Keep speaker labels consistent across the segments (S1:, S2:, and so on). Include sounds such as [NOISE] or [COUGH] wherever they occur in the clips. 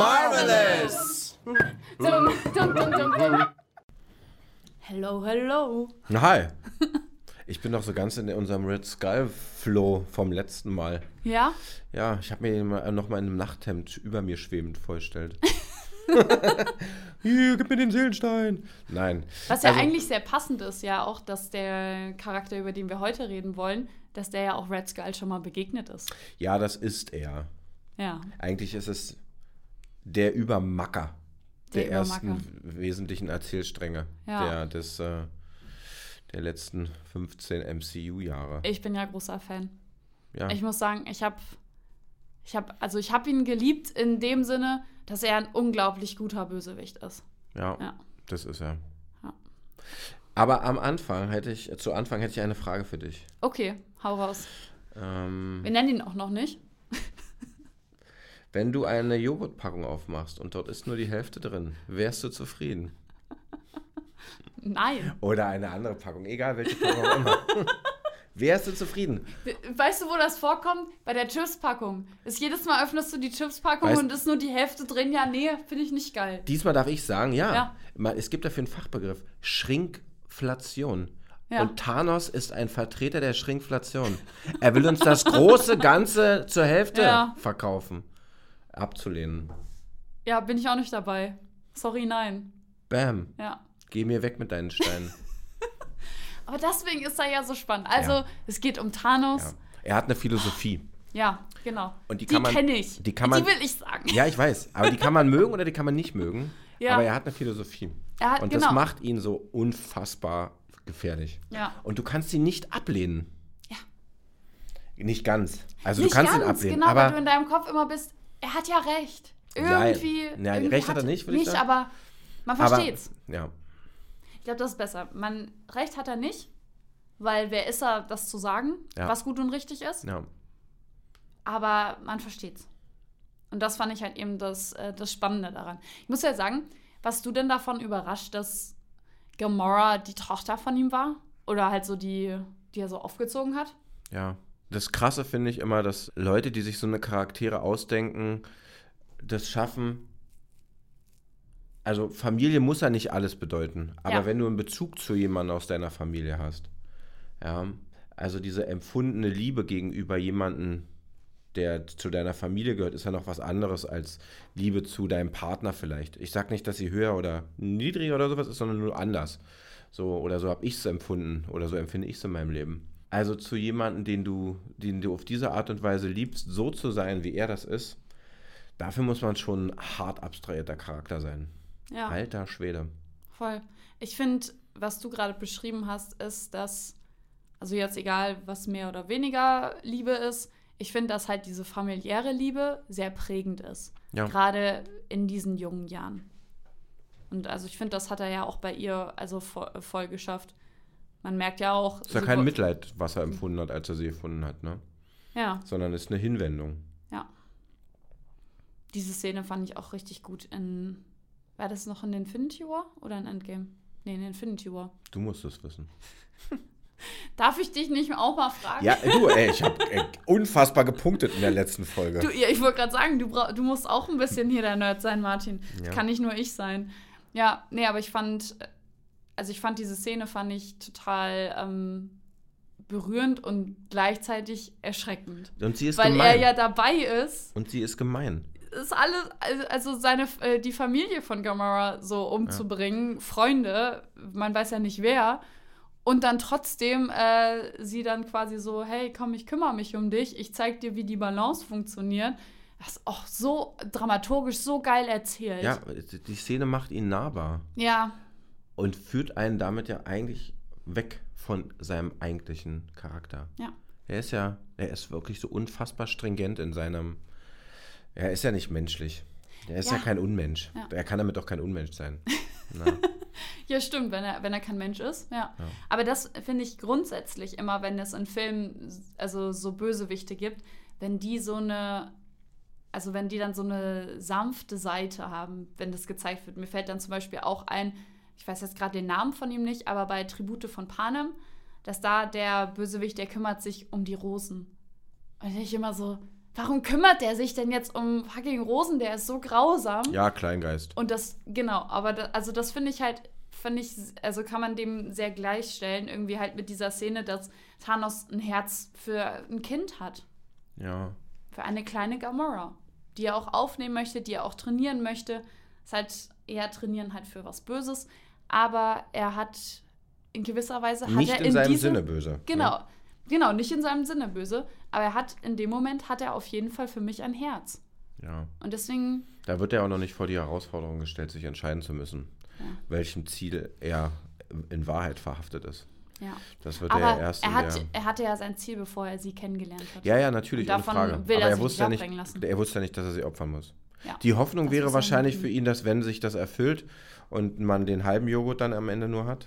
S1: Marvelous!
S2: Hello, hello.
S1: Na, Hi. Ich bin noch so ganz in unserem Red Skull Flow vom letzten Mal.
S2: Ja?
S1: Ja, ich habe mir ihn mal- äh, noch mal in einem Nachthemd über mir schwebend vorgestellt. Hier, gib mir den Seelenstein. Nein.
S2: Was ja
S1: Also-
S2: eigentlich sehr passend ist, ja auch, dass der Charakter, über den wir heute reden wollen, dass der ja auch Red Skull schon mal begegnet ist.
S1: Ja, das ist er.
S2: Ja.
S1: Eigentlich ist es der Übermacker der,
S2: Der
S1: ersten
S2: Übermacker.
S1: wesentlichen Erzählstränge
S2: Ja.
S1: der, des, äh, der letzten 15 MCU-Jahre.
S2: Ich bin ja großer Fan.
S1: Ja.
S2: Ich muss sagen, ich habe ich hab, also ich hab ihn geliebt in dem Sinne, dass er ein unglaublich guter Bösewicht ist.
S1: Ja,
S2: Ja.
S1: das ist er.
S2: Ja.
S1: Aber am Anfang hätte ich, zu Anfang hätte ich eine Frage für dich.
S2: Okay, hau raus.
S1: Ähm,
S2: Wir nennen ihn auch noch nicht.
S1: wenn du eine Joghurtpackung aufmachst und dort ist nur die Hälfte drin, wärst du zufrieden?
S2: Nein.
S1: Oder eine andere Packung, egal welche Packung auch immer. [LAUGHS] wärst du zufrieden?
S2: Weißt du, wo das vorkommt? Bei der Chips-Packung. Ist jedes Mal öffnest du die Chips-Packung
S1: Weißt-
S2: und ist nur die Hälfte drin. Ja, nee, finde ich nicht geil.
S1: Diesmal darf ich sagen, ja.
S2: Ja.
S1: Ma- Es gibt dafür einen Fachbegriff, Schrinkflation.
S2: Ja.
S1: Und Thanos ist ein Vertreter der Schrinkflation. Er will uns das große Ganze zur Hälfte
S2: Ja.
S1: verkaufen. Abzulehnen.
S2: Ja, bin ich auch nicht dabei. Sorry, nein.
S1: Bam.
S2: Ja.
S1: Geh mir weg mit
S2: [LAUGHS]
S1: deinen Steinen.
S2: Aber deswegen ist er ja so spannend. Also,
S1: Ja.
S2: es geht um Thanos.
S1: ja. Er hat eine Philosophie.
S2: Ja, genau.
S1: Und die kann man-
S2: kenne ich.
S1: die kann man-
S2: die will ich sagen.
S1: Ja, ich weiß. Aber die kann man mögen oder die kann man nicht mögen.
S2: Ja.
S1: Aber er hat eine Philosophie.
S2: Er hat-
S1: Und das
S2: genau.
S1: macht ihn so unfassbar gefährlich.
S2: Ja.
S1: Und du kannst ihn nicht ablehnen.
S2: Ja.
S1: Nicht ganz. Also
S2: Nicht
S1: du kannst
S2: ganz,
S1: ihn ablehnen.
S2: Genau, weil du
S1: aber
S2: in deinem Kopf immer bist, er hat ja recht.
S1: Ja,
S2: Irgendwie.
S1: na,
S2: irgendwie
S1: recht hat er nicht, würde ich
S2: Nicht,
S1: sagen.
S2: aber man
S1: aber,
S2: versteht's.
S1: ja.
S2: Ich glaube, das ist besser. Man, recht hat er nicht, weil wer ist er, das zu sagen,
S1: Ja.
S2: was gut und richtig ist,
S1: ja.
S2: aber man versteht's. Und das fand ich halt eben das, äh, das Spannende daran. Ich muss ja sagen, warst du denn davon überrascht, dass Gamora die Tochter von ihm war? Oder halt so die, die er so aufgezogen hat?
S1: Ja. Das Krasse finde ich immer, dass Leute, die sich so eine Charaktere ausdenken, das schaffen. Also Familie muss ja nicht alles bedeuten, aber
S2: Ja.
S1: wenn du einen Bezug zu jemandem aus deiner Familie hast, ja, also diese empfundene Liebe gegenüber jemandem, der zu deiner Familie gehört, ist ja noch was anderes als Liebe zu deinem Partner vielleicht. Ich sag nicht, dass sie höher oder niedriger oder sowas ist, sondern nur anders. So, oder so habe ich es empfunden oder so empfinde ich es in meinem Leben. Also zu jemandem, den du, den du auf diese Art und Weise liebst, so zu sein, wie er das ist, dafür muss man schon ein hart abstrahierter Charakter sein.
S2: Ja.
S1: Alter Schwede.
S2: Voll. Ich finde, was du gerade beschrieben hast, ist, dass, also jetzt egal, was mehr oder weniger Liebe ist, ich finde, dass halt diese familiäre Liebe sehr prägend ist.
S1: Ja.
S2: Gerade in diesen jungen Jahren. Und also ich finde, das hat er ja auch bei ihr also vo- voll geschafft. Man merkt ja auch.
S1: Ist ja
S2: sie
S1: kein
S2: wo-
S1: Mitleid, was er empfunden hat, als er sie gefunden hat, ne?
S2: Ja,
S1: Sondern ist eine Hinwendung.
S2: ja. Diese Szene fand ich auch richtig gut in. War das noch in Infinity War oder in Endgame? Nee, in Infinity War.
S1: Du musst es wissen.
S2: Darf ich dich nicht auch mal fragen?
S1: Ja, du, ey, ich habe unfassbar gepunktet in der letzten Folge.
S2: Du, ja, ich wollte gerade sagen, du, brauch, du musst auch ein bisschen hier der Nerd sein, Martin.
S1: Ja.
S2: Das kann nicht nur ich sein. Ja, nee, aber ich fand, also ich fand diese Szene fand ich total ähm, berührend und gleichzeitig erschreckend.
S1: und sie ist
S2: Weil er
S1: gemein.
S2: ja dabei ist,
S1: und sie ist gemein.
S2: ist alles, also- also seine, äh, die Familie von Gamora so umzubringen, Freunde, man weiß ja nicht wer. Und dann trotzdem äh, sie dann quasi so, hey, komm, ich kümmere mich um dich, ich zeig dir, wie die Balance funktioniert. Das ist auch so dramaturgisch, so geil erzählt.
S1: Ja, die Szene macht ihn nahbar
S2: Ja,
S1: und führt einen damit ja eigentlich weg von seinem eigentlichen Charakter.
S2: ja.
S1: Er ist ja, er ist wirklich so unfassbar stringent in seinem. Er ist ja nicht menschlich. Er ist ja,
S2: Ja.
S1: kein Unmensch.
S2: Ja.
S1: Er kann damit auch kein
S2: [LAUGHS]
S1: Unmensch sein.
S2: Ja, stimmt, wenn er, wenn er kein Mensch ist, ja. Aber das finde ich grundsätzlich immer, wenn es in Filmen also so Bösewichte gibt, wenn die so eine, also wenn die dann so eine sanfte Seite haben, wenn das gezeigt wird. Mir fällt dann zum Beispiel auch ein, ich weiß jetzt gerade den Namen von ihm nicht, aber bei Tribute von Panem, dass da der Bösewicht, der kümmert sich um die Rosen. Und ich immer so, warum kümmert der sich denn jetzt um fucking Rosen? Der ist so grausam.
S1: Ja, Kleingeist.
S2: Und das, genau, aber da, also das finde ich halt, finde ich, also kann man dem sehr gleichstellen, irgendwie halt mit dieser Szene, dass Thanos ein Herz für ein Kind hat.
S1: Ja.
S2: Für eine kleine Gamora, die er auch aufnehmen möchte, die er auch trainieren möchte. Ist halt eher trainieren halt für was Böses, aber er hat in gewisser Weise hat
S1: Nicht
S2: er
S1: in,
S2: in,
S1: seinem
S2: diesem,
S1: Sinne böse.
S2: Genau.
S1: Ne?
S2: Genau, nicht in seinem Sinne böse, aber er hat in dem Moment hat er auf jeden Fall für mich ein Herz.
S1: Ja.
S2: Und deswegen
S1: Da wird er auch noch nicht vor die Herausforderung gestellt, sich entscheiden zu müssen, welchem Ziel er in Wahrheit verhaftet ist.
S2: ja.
S1: Das wird er
S2: Aber
S1: ja erst
S2: er,
S1: in
S2: hat,
S1: der
S2: er hatte ja sein Ziel, bevor er sie kennengelernt hat.
S1: Ja, ja, natürlich,
S2: Und
S1: ohne
S2: davon
S1: Frage.
S2: will er
S1: Aber er
S2: sich
S1: wusste, ja
S2: nicht
S1: nicht,
S2: abbringen lassen.
S1: er wusste ja nicht, dass er sie opfern muss.
S2: Ja.
S1: Die Hoffnung
S2: Das
S1: wäre
S2: ist
S1: wahrscheinlich
S2: ein-
S1: für ihn, dass wenn sich das erfüllt und man den halben Joghurt dann am Ende nur hat,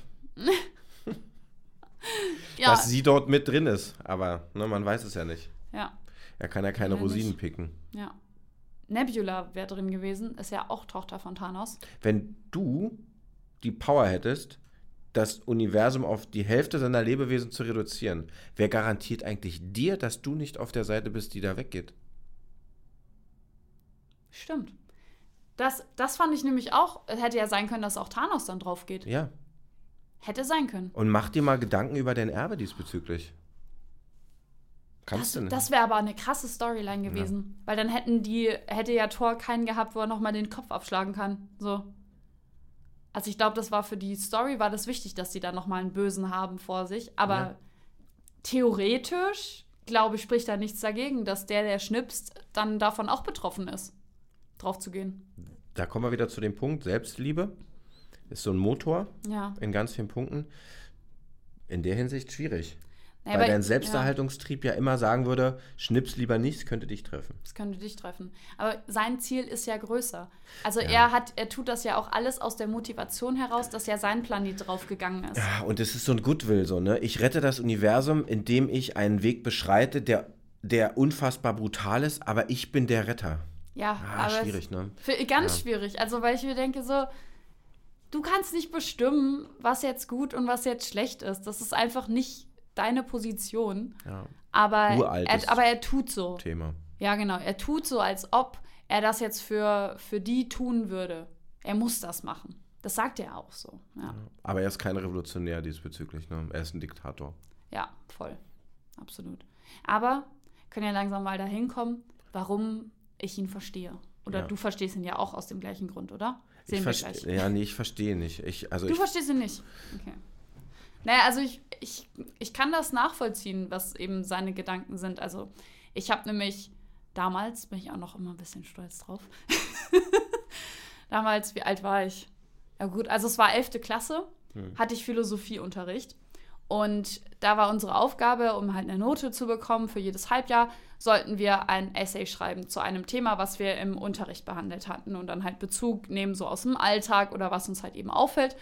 S2: ja,
S1: dass sie dort mit drin ist. Aber ne, man weiß es ja nicht.
S2: ja,
S1: Er kann ja keine
S2: Ja,
S1: Rosinen
S2: nicht.
S1: picken.
S2: ja. Nebula wäre drin gewesen, ist ja auch Tochter von Thanos.
S1: Wenn du die Power hättest, das Universum auf die Hälfte seiner Lebewesen zu reduzieren, wer garantiert eigentlich dir, dass du nicht auf der Seite bist, die da weggeht?
S2: Stimmt. Das, das fand ich nämlich auch, es hätte ja sein können, dass auch Thanos dann drauf geht.
S1: Ja.
S2: Hätte sein können.
S1: Und mach dir mal Gedanken über dein Erbe diesbezüglich. Kannst
S2: Das,
S1: du nicht.
S2: das wäre aber eine krasse Storyline gewesen. Weil dann hätten die, hätte ja Thor keinen gehabt, wo er nochmal den Kopf abschlagen kann. So. Also ich glaube, das war für die Story, war das wichtig, dass die da nochmal einen Bösen haben vor sich. Aber
S1: Ja.
S2: theoretisch, glaube ich, spricht da nichts dagegen, dass der, der schnipst, dann davon auch betroffen ist, drauf zu gehen.
S1: da kommen wir wieder zu dem Punkt, Selbstliebe ist so ein Motor
S2: Ja.
S1: in ganz vielen Punkten. In der Hinsicht schwierig.
S2: Naja,
S1: weil
S2: aber-
S1: dein
S2: ja.
S1: Selbsterhaltungstrieb ja. immer sagen würde, schnips lieber nicht, es könnte dich treffen.
S2: Das könnte dich treffen. Aber sein Ziel ist ja größer. Also
S1: Ja.
S2: er hat, er tut das ja auch alles aus der Motivation heraus, dass ja sein Planet draufgegangen ist.
S1: Ah, Und es ist so ein Goodwill, so, ne? Ich rette das Universum, indem ich einen Weg beschreite, der, der unfassbar brutal ist, aber ich bin der Retter.
S2: Ja,
S1: Ah,
S2: aber
S1: schwierig, ne?
S2: es, für, ganz
S1: Ja.
S2: schwierig. Also weil ich mir denke so, du kannst nicht bestimmen, was jetzt gut und was jetzt schlecht ist. Das ist einfach nicht deine Position.
S1: Ja.
S2: Aber
S1: Uraltes
S2: er, aber er tut so.
S1: Thema.
S2: Ja, genau. Er tut so, als ob er das jetzt für, für die tun würde. Er muss das machen. Das sagt er auch so. Ja.
S1: Aber er ist kein Revolutionär diesbezüglich, ne? Er ist ein Diktator.
S2: Ja, voll. Absolut. Aber können ja langsam mal dahin kommen, warum ich ihn verstehe. Oder
S1: Ja.
S2: du verstehst ihn ja auch aus dem gleichen Grund, oder?
S1: Ich
S2: Sehen wir
S1: verste-
S2: gleich.
S1: Ja, nee, ich verstehe nicht. Ich, also
S2: Du
S1: ich,
S2: verstehst ihn nicht. Okay. Naja, also ich, ich, ich kann das nachvollziehen, was eben seine Gedanken sind. Also ich habe nämlich damals, bin ich auch noch immer ein bisschen stolz drauf. [LAUGHS] damals, wie alt war ich? Ja gut, also es war 11. Klasse,
S1: Mhm.
S2: hatte ich Philosophieunterricht. Und da war unsere Aufgabe, um halt eine Note zu bekommen für jedes Halbjahr, sollten wir ein Essay schreiben zu einem Thema, was wir im Unterricht behandelt hatten und dann halt Bezug nehmen, so aus dem Alltag oder was uns halt eben auffällt.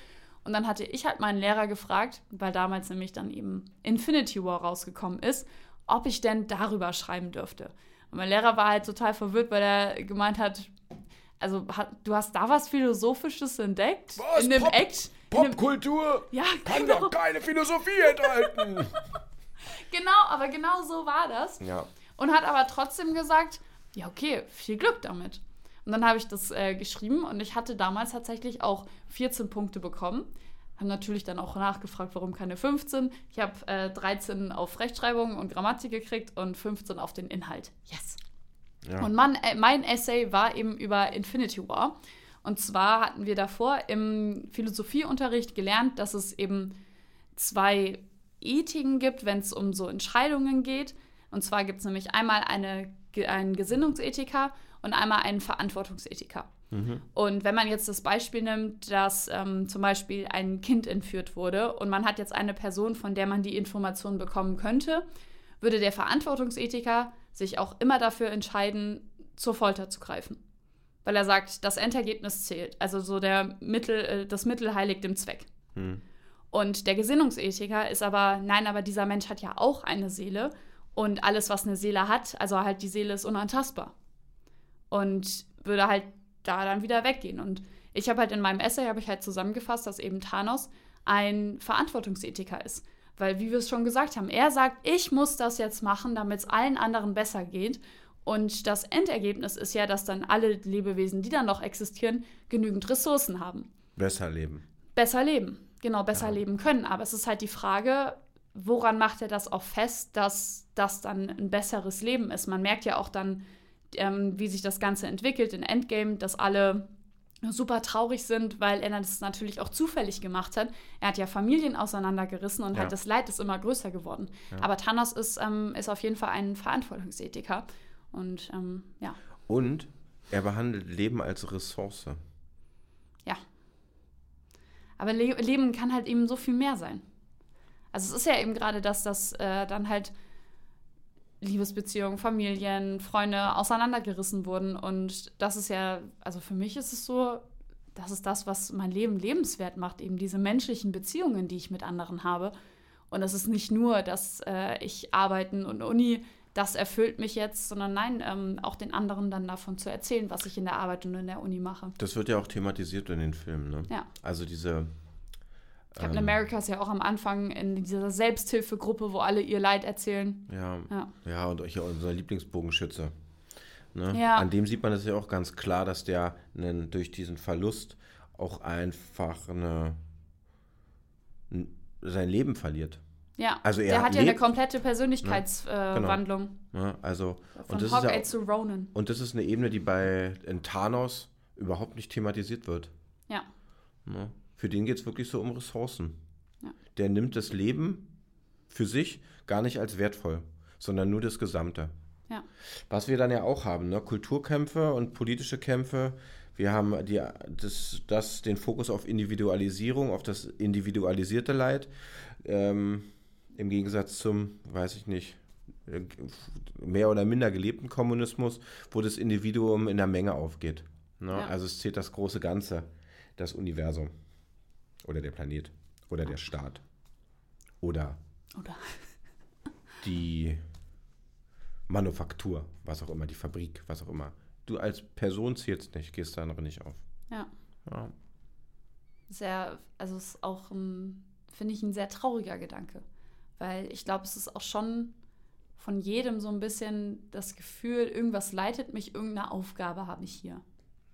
S2: Und dann hatte ich halt meinen Lehrer gefragt, weil damals nämlich dann eben Infinity War rausgekommen ist, ob ich denn darüber schreiben dürfte. Und mein Lehrer war halt total verwirrt, weil er gemeint hat, also hat, du hast da was Philosophisches entdeckt?
S1: Was?
S2: In dem
S1: Pop-
S2: Act? in dem,
S1: Popkultur
S2: ja,
S1: kann
S2: genau,
S1: doch keine Philosophie
S2: [LAUGHS]
S1: enthalten.
S2: genau, aber genau so war das.
S1: ja.
S2: und hat aber trotzdem gesagt, ja, okay, viel Glück damit. Und dann habe ich das äh, geschrieben und ich hatte damals tatsächlich auch 14 Punkte bekommen. Haben natürlich dann auch nachgefragt, warum keine 15. Ich habe äh, 13 auf Rechtschreibung und Grammatik gekriegt und 15 auf den Inhalt. Yes.
S1: ja.
S2: Und mein, äh, mein Essay war eben über Infinity War. Und zwar hatten wir davor im Philosophieunterricht gelernt, dass es eben zwei Ethiken gibt, wenn es um so Entscheidungen geht. Und zwar gibt es nämlich einmal eine, Ge- einen Gesinnungsethiker und einmal einen Verantwortungsethiker. Und wenn man jetzt das Beispiel nimmt, dass ähm, zum Beispiel ein Kind entführt wurde und man hat jetzt eine Person, von der man die Information bekommen könnte, würde der Verantwortungsethiker sich auch immer dafür entscheiden, zur Folter zu greifen. Weil er sagt, das Endergebnis zählt. Also so der Mittel, äh, das Mittel heiligt dem Zweck.
S1: Hm.
S2: Und der Gesinnungsethiker ist aber, nein, aber dieser Mensch hat ja auch eine Seele. Und alles, was eine Seele hat, also halt die Seele ist unantastbar. Und würde halt da dann wieder weggehen. Und Ich habe halt in meinem Essay habe ich halt zusammengefasst, dass eben Thanos ein Verantwortungsethiker ist. Weil, wie wir es schon gesagt haben, er sagt, ich muss das jetzt machen, damit es allen anderen besser geht. Und das Endergebnis ist ja, dass dann alle Lebewesen, die dann noch existieren, genügend Ressourcen haben.
S1: Besser leben.
S2: Besser leben, genau, besser
S1: Ja.
S2: leben können. Aber es ist halt die Frage, woran macht er das auch fest, dass das dann ein besseres Leben ist? Man merkt ja auch dann, ähm, wie sich das Ganze entwickelt in Endgame, dass alle super traurig sind, weil er das natürlich auch zufällig gemacht hat. Er hat ja Familien auseinandergerissen und
S1: Ja.
S2: hat das Leid ist immer größer geworden.
S1: Ja.
S2: Aber Thanos ist, ähm, ist auf jeden Fall ein Verantwortungsethiker. Und ähm, ja,
S1: Und er behandelt Leben als Ressource.
S2: ja. Aber Le Leben kann halt eben so viel mehr sein. Also es ist ja eben gerade das, dass äh, dann halt Liebesbeziehungen, Familien, Freunde auseinandergerissen wurden. Und das ist ja, also für mich ist es so, das ist das, was mein Leben lebenswert macht, eben diese menschlichen Beziehungen, die ich mit anderen habe. Und es ist nicht nur, dass äh, ich arbeiten und Uni, das erfüllt mich jetzt, sondern nein, ähm, auch den anderen dann davon zu erzählen, was ich in der Arbeit und in der Uni mache.
S1: Das wird ja auch thematisiert in den Filmen, ne?
S2: Ja.
S1: Also diese.
S2: Captain
S1: ähm,
S2: America ist ja auch am Anfang in dieser Selbsthilfegruppe, wo alle ihr Leid erzählen.
S1: Ja,
S2: Ja.
S1: ja, und hier unser Lieblingsbogenschütze. Ne?
S2: Ja.
S1: An dem sieht man das ja auch ganz klar, dass der einen, durch diesen Verlust auch einfach eine, n- sein Leben verliert.
S2: Ja,
S1: Also er
S2: der hat ja eine
S1: lebt-
S2: komplette Persönlichkeitswandlung.
S1: Ne? Also,
S2: Von
S1: und das, ist ja,
S2: Hawkeye
S1: auch-
S2: zu Ronan.
S1: und das ist eine Ebene, die bei in Thanos überhaupt nicht thematisiert wird.
S2: Ja,
S1: Ne? Für den geht es wirklich so um Ressourcen.
S2: Ja.
S1: Der nimmt das Leben für sich gar nicht als wertvoll, sondern nur das Gesamte.
S2: ja,
S1: Was wir dann ja auch haben, ne? Kulturkämpfe und politische Kämpfe. Wir haben die, das, das, den Fokus auf Individualisierung, auf das individualisierte Leid. Ähm, Im Gegensatz zum, weiß ich nicht, äh, mehr oder minder gelebten Kommunismus, wo das Individuum in der Menge aufgeht. Ne?
S2: Ja.
S1: Also es zählt das große Ganze, das Universum oder der Planet oder der Staat oder
S2: oder?
S1: die Manufaktur, was auch immer, die Fabrik, was auch immer. Du als Person zählst nicht, gehst da noch nicht auf.
S2: Ja.
S1: Ja.
S2: sehr, also es ist auch, ähm, finde ich, ein sehr trauriger Gedanke. Weil ich glaube, es ist auch schon von jedem so ein bisschen das Gefühl, irgendwas leitet mich, irgendeine Aufgabe habe ich hier.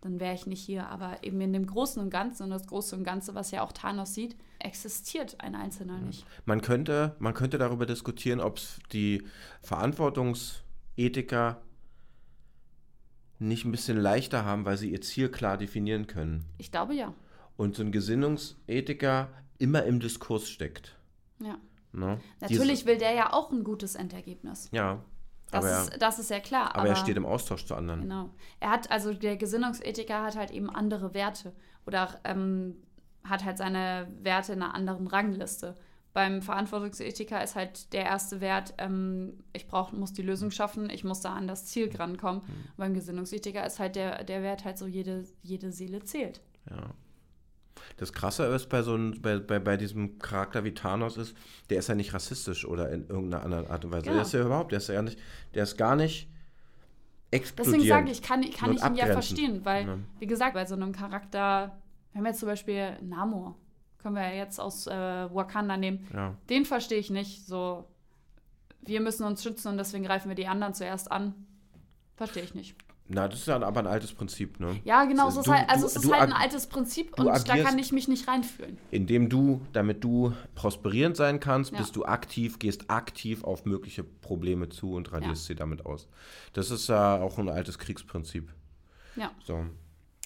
S2: Dann wäre ich nicht hier. Aber eben in dem Großen und Ganzen und das Große und Ganze, was ja auch Thanos sieht, existiert ein
S1: Mhm.
S2: Einzelner nicht.
S1: Man, könnte, man könnte darüber diskutieren, ob es die Verantwortungsethiker nicht ein bisschen leichter haben, weil sie ihr Ziel klar definieren können.
S2: Ich glaube ja.
S1: Und so ein Gesinnungsethiker immer im Diskurs steckt.
S2: ja.
S1: Ne?
S2: Natürlich
S1: Dieses-
S2: will der ja auch ein gutes Endergebnis.
S1: ja,
S2: Das,
S1: aber,
S2: ist, das ist ja klar.
S1: aber, er steht im Austausch zu anderen.
S2: Genau. Er hat, also der Gesinnungsethiker hat halt eben andere Werte oder ähm, hat halt seine Werte in einer anderen Rangliste. Beim Verantwortungsethiker ist halt der erste Wert, ähm, ich brauch, muss die Lösung schaffen, ich muss da an das Ziel rankommen.
S1: Mhm.
S2: Beim Gesinnungsethiker ist halt der, der Wert halt so, jede, jede Seele zählt.
S1: Ja. Das Krasse ist bei, so einem, bei, bei, bei diesem Charakter wie Thanos ist, der ist ja nicht rassistisch oder in irgendeiner anderen Art und Weise. Der
S2: Genau.
S1: ist ja überhaupt, der ist ja gar nicht, der ist gar nicht explodiert.
S2: Deswegen sage ich, kann, kann
S1: Und
S2: ich ihn ja
S1: abgrenzen.
S2: verstehen, weil,
S1: Ja.
S2: wie gesagt, bei so einem Charakter, wir haben jetzt zum Beispiel Namor, können wir ja jetzt aus äh, Wakanda nehmen,
S1: Ja,
S2: den verstehe ich nicht. So, wir müssen uns schützen und deswegen greifen wir die anderen zuerst an. Verstehe ich nicht.
S1: na, das ist dann aber ein altes Prinzip, ne?
S2: Ja, genau,
S1: Also
S2: so ist
S1: du-
S2: halt, also
S1: du-
S2: es ist
S1: du
S2: halt
S1: ag-
S2: ein altes Prinzip
S1: du
S2: und da
S1: agierst-
S2: kann ich mich nicht reinfühlen.
S1: Indem du, damit du prosperierend sein kannst,
S2: Ja.
S1: bist du aktiv, gehst aktiv auf mögliche Probleme zu und radierst sie damit aus. Das ist ja auch ein altes Kriegsprinzip.
S2: Ja,
S1: So.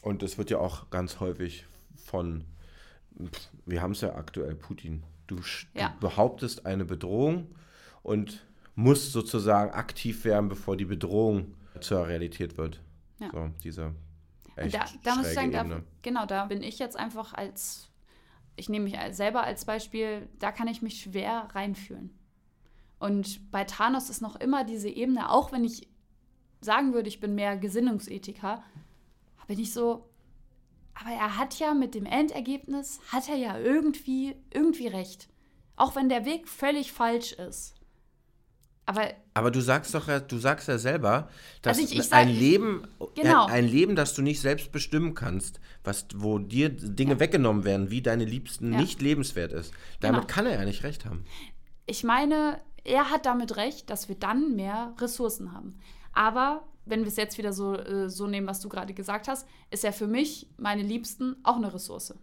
S1: Und das wird ja auch ganz häufig von, pff, wir haben es ja aktuell, Putin. Du, sch-
S2: Ja.
S1: du behauptest eine Bedrohung und musst sozusagen aktiv werden, bevor die Bedrohung zur Realität wird.
S2: Ja.
S1: So, diese
S2: und
S1: echt
S2: da, da muss ich sagen,
S1: schräge
S2: da,
S1: Ebene.
S2: genau, da bin ich jetzt einfach als, ich nehme mich als- selber als Beispiel, da kann ich mich schwer reinfühlen. Und bei Thanos ist noch immer diese Ebene, auch wenn ich sagen würde, ich bin mehr Gesinnungsethiker, bin ich so, aber er hat ja mit dem Endergebnis, hat er ja irgendwie, irgendwie recht. Auch wenn der Weg völlig falsch ist. Aber
S1: Aber du sagst doch, ja- du sagst ja selber, dass
S2: Also ich- ich sag-
S1: ein Leben,
S2: Genau.
S1: ein, ein Leben, das du nicht selbst bestimmen kannst, was, wo dir Dinge weggenommen werden, wie deine Liebsten,
S2: Ja.
S1: nicht lebenswert ist. Damit
S2: Genau.
S1: kann er ja nicht recht haben.
S2: ich meine, er hat damit recht, dass wir dann mehr Ressourcen haben. Aber wenn wir es jetzt wieder so, äh, so nehmen, was du gerade gesagt hast, ist ja für mich, meine Liebsten, auch eine Ressource.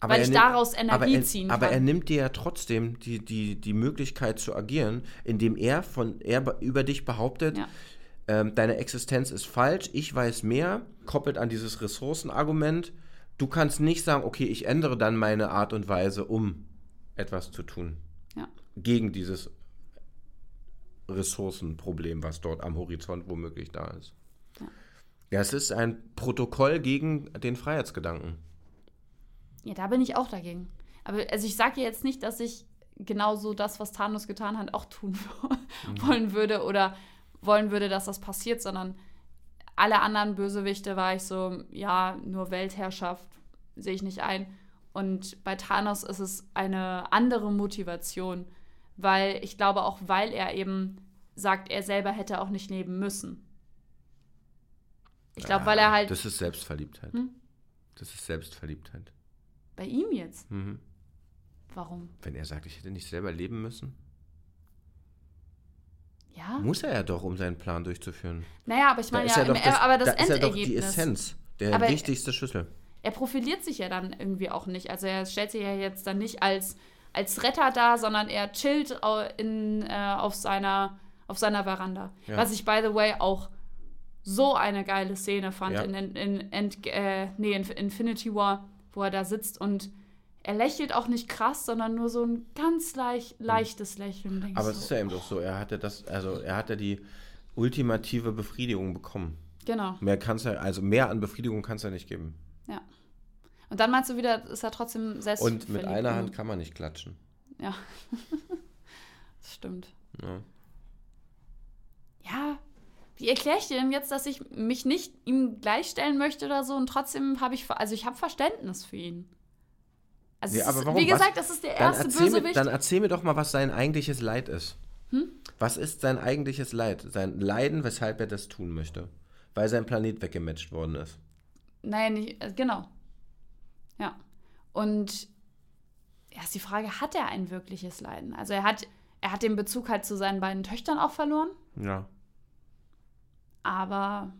S1: Aber
S2: Weil
S1: er
S2: ich
S1: nimmt-
S2: daraus Energie
S1: aber er,
S2: ziehen
S1: Aber
S2: kann.
S1: er nimmt dir ja trotzdem die, die, die Möglichkeit zu agieren, indem er von er be- über dich behauptet,
S2: Ja.
S1: ähm, deine Existenz ist falsch, ich weiß mehr, koppelt an dieses Ressourcenargument. Du kannst nicht sagen, okay, ich ändere dann meine Art und Weise, um etwas zu tun.
S2: Ja.
S1: Gegen dieses Ressourcenproblem, was dort am Horizont womöglich da ist.
S2: Ja.
S1: Ja, es ist ein Protokoll gegen den Freiheitsgedanken.
S2: Ja, da bin ich auch dagegen. Aber also ich sage ja jetzt nicht, dass ich genauso das, was Thanos getan hat, auch tun [LAUGHS]
S1: Mhm.
S2: wollen würde oder wollen würde, dass das passiert, sondern alle anderen Bösewichte war ich so, ja, nur Weltherrschaft sehe ich nicht ein. Und bei Thanos ist es eine andere Motivation, weil ich glaube auch, weil er eben sagt, er selber hätte auch nicht leben müssen. Ich glaube,
S1: Ja,
S2: weil er halt
S1: Das ist Selbstverliebtheit.
S2: Hm?
S1: Das ist Selbstverliebtheit.
S2: bei ihm jetzt,
S1: Mhm.
S2: warum?
S1: Wenn er sagt, ich hätte nicht selber leben müssen,
S2: Ja.
S1: muss er ja doch, um seinen Plan durchzuführen.
S2: Naja, aber ich
S1: Da
S2: meine
S1: ist
S2: ja,
S1: ja doch
S2: im-
S1: das,
S2: aber das
S1: da ist ja doch
S2: Endergebnis.
S1: die Essenz, der
S2: Aber-
S1: wichtigste Schlüssel.
S2: Er profiliert sich ja dann irgendwie auch nicht. Also er stellt sich ja jetzt dann nicht als, als Retter dar, sondern er chillt au- in, äh, auf, seiner, auf seiner Veranda.
S1: Ja.
S2: Was ich, by the way, auch so eine geile Szene fand
S1: Ja.
S2: in, in, in, End, äh, nee, in Infinity War, wo er da sitzt und er lächelt auch nicht krass, sondern nur so ein ganz leicht, leichtes Lächeln. Denkst
S1: Mhm. Aber
S2: du,
S1: es ist ja eben doch so, er hatte das, also er hatte die ultimative Befriedigung bekommen.
S2: Genau.
S1: Mehr kann's ja, also mehr an Befriedigung kann es ja nicht geben.
S2: Ja. Und dann meinst du wieder, ist er trotzdem selbst.
S1: Und mit einer Hand kann man nicht klatschen.
S2: Ja. das stimmt.
S1: Ja.
S2: Ja. Wie erkläre ich dir denn jetzt, dass ich mich nicht ihm gleichstellen möchte oder so und trotzdem habe ich, ver- also ich habe Verständnis für ihn. Also,
S1: Ja,
S2: es
S1: aber
S2: ist,
S1: warum?
S2: wie
S1: Was-
S2: gesagt, das ist der
S1: Dann
S2: erste
S1: erzähl, mir,
S2: Bösewicht. Hm?
S1: dann erzähl mir doch mal, was sein eigentliches Leid ist. Was ist sein eigentliches Leid? Sein Leiden, weshalb er das tun möchte. Weil sein Planet weggematcht worden ist.
S2: Nein, nicht, äh, genau. Ja. Und ja, ist die Frage, hat er ein wirkliches Leiden? Also er hat, er hat den Bezug halt zu seinen beiden Töchtern auch verloren,
S1: Ja.
S2: aber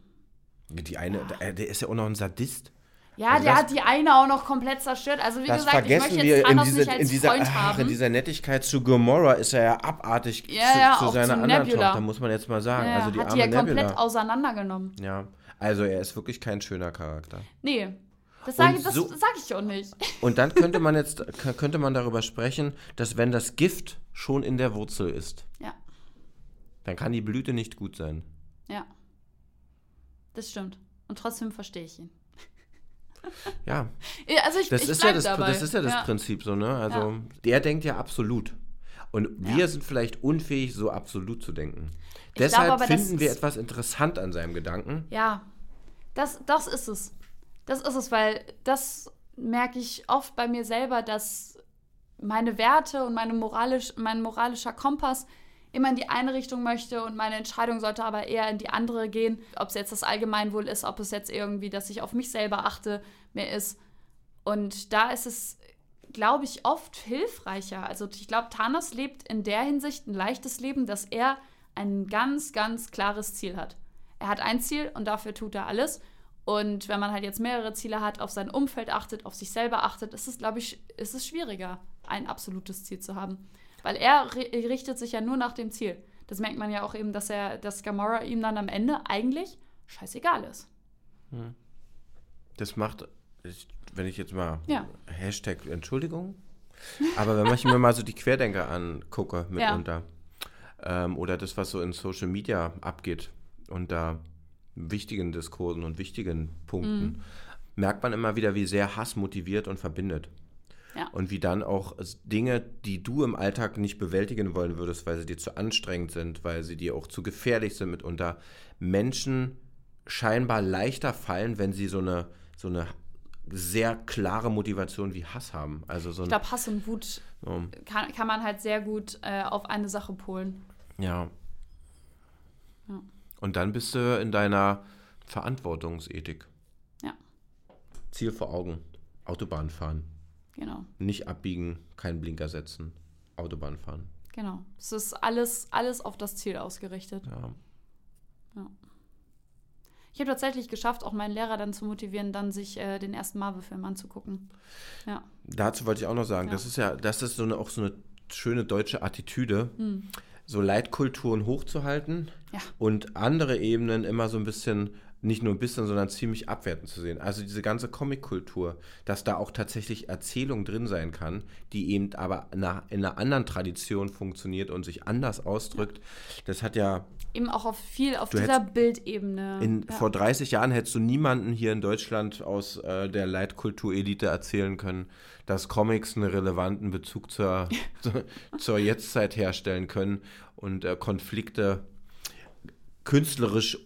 S1: Die eine, der, der ist ja auch noch ein Sadist.
S2: Ja,
S1: Also
S2: der
S1: das-
S2: hat die eine auch noch komplett zerstört. Also wie
S1: Das
S2: gesagt, ich
S1: vergessen
S2: möchte jetzt
S1: wir in,
S2: Thanos
S1: diese,
S2: nicht als
S1: in, dieser,
S2: Freund
S1: ach,
S2: haben.
S1: in dieser Nettigkeit zu Gomorra ist er ja abartig
S2: Ja,
S1: zu,
S2: ja,
S1: zu
S2: auch
S1: seiner
S2: zu
S1: anderen
S2: Nebula.
S1: Tochter, muss man jetzt mal sagen.
S2: ja,
S1: also die
S2: hat die
S1: arme
S2: ja komplett
S1: Nebula.
S2: auseinandergenommen.
S1: Ja, also er ist wirklich kein schöner Charakter.
S2: Nee, das sage das
S1: so-
S2: sag ich auch nicht. [LAUGHS]
S1: Und dann könnte man jetzt k- könnte man darüber sprechen, dass wenn das Gift schon in der Wurzel ist,
S2: Ja,
S1: dann kann die Blüte nicht gut sein.
S2: ja. Das stimmt. Und trotzdem verstehe ich ihn.
S1: Ja,
S2: Ja, Also ich,
S1: das,
S2: ich
S1: ist, ja
S2: bleib
S1: das,
S2: dabei.
S1: das ist ja das Prinzip so, ne? Also
S2: Ja.
S1: der denkt ja absolut. Und wir sind vielleicht unfähig, so absolut zu denken. Deshalb
S2: aber, das
S1: finden wir
S2: ist-
S1: etwas interessant an seinem Gedanken.
S2: Ja, das, das ist es. Das ist es, weil das merke ich oft bei mir selber, dass meine Werte und meine moralisch, mein moralischer Kompass immer in die eine Richtung möchte und meine Entscheidung sollte aber eher in die andere gehen. Ob es jetzt das Allgemeinwohl ist, ob es jetzt irgendwie, dass ich auf mich selber achte, mehr ist. Und da ist es, glaube ich, oft hilfreicher. Also ich glaube, Thanos lebt in der Hinsicht ein leichtes Leben, dass er ein ganz, ganz klares Ziel hat. Er hat ein Ziel und dafür tut er alles. Und wenn man halt jetzt mehrere Ziele hat, auf sein Umfeld achtet, auf sich selber achtet, ist es, glaube ich, ist es schwieriger, ein absolutes Ziel zu haben. Weil er ri- richtet sich ja nur nach dem Ziel. Das merkt man ja auch eben, dass er, dass Gamora ihm dann am Ende eigentlich scheißegal ist.
S1: Das macht, ich, wenn ich jetzt mal
S2: Ja.
S1: Hashtag Entschuldigung, aber wenn ich mir mal so die Querdenker angucke mitunter ähm, oder das, was so in Social Media abgeht unter wichtigen Diskursen und wichtigen Punkten,
S2: Mhm.
S1: merkt man immer wieder, wie sehr Hass motiviert und verbindet.
S2: Ja.
S1: Und wie dann auch es- Dinge, die du im Alltag nicht bewältigen wollen würdest, weil sie dir zu anstrengend sind, weil sie dir auch zu gefährlich sind mitunter, Menschen scheinbar leichter fallen, wenn sie so eine, so eine sehr klare Motivation wie Hass haben. Also so ein,
S2: Ich glaube, Hass und Wut
S1: ähm,
S2: kann, kann man halt sehr gut äh, auf eine Sache polen.
S1: Ja.
S2: Ja.
S1: Und dann bist du in deiner Verantwortungsethik.
S2: Ja.
S1: Ziel vor Augen. Autobahn fahren.
S2: Genau,
S1: Nicht abbiegen, keinen Blinker setzen. Autobahn fahren.
S2: genau. Es ist alles, alles auf das Ziel ausgerichtet.
S1: Ja.
S2: Ich habe tatsächlich geschafft, auch meinen Lehrer dann zu motivieren, dann sich äh, den ersten Marvel-Film anzugucken. Ja.
S1: Dazu wollte ich auch noch sagen,
S2: Ja.
S1: das ist ja, das ist so eine, auch so eine schöne deutsche Attitüde, so Leitkulturen hochzuhalten
S2: Hm. Ja.
S1: und andere Ebenen immer so ein bisschen, nicht nur ein bisschen, sondern ziemlich abwertend zu sehen. Also diese ganze Comic-Kultur, dass da auch tatsächlich Erzählung drin sein kann, die eben aber nach, in einer anderen Tradition funktioniert und sich anders ausdrückt, das hat ja
S2: Eben auch auf viel auf
S1: Du
S2: dieser Bildebene.
S1: in,
S2: ja.
S1: Vor 30 Jahren hättest du niemanden hier in Deutschland aus äh, der Leitkulturelite erzählen können, dass Comics einen relevanten Bezug
S2: [LAUGHS]
S1: zur, zur- zur Jetztzeit herstellen können und äh, Konflikte künstlerisch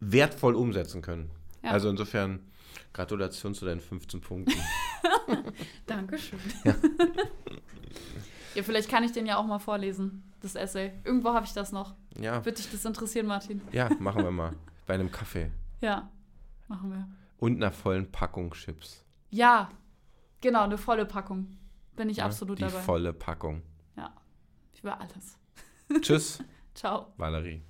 S1: wertvoll umsetzen können.
S2: Ja.
S1: Also insofern Gratulation zu deinen 15
S2: [LAUGHS]
S1: Punkten.
S2: Dankeschön. [LAUGHS] ja, vielleicht kann ich den ja auch mal vorlesen, das Essay. Irgendwo habe ich das noch.
S1: ja,
S2: Würde dich das interessieren, Martin?
S1: ja, machen wir mal. Bei einem Kaffee
S2: Ja, machen wir.
S1: und einer vollen Packung Chips.
S2: Ja, genau, eine volle Packung. Bin ich absolut
S1: ne? Die
S2: dabei.
S1: volle Packung.
S2: Ja, über alles.
S1: Tschüss,
S2: Ciao.
S1: Valerie.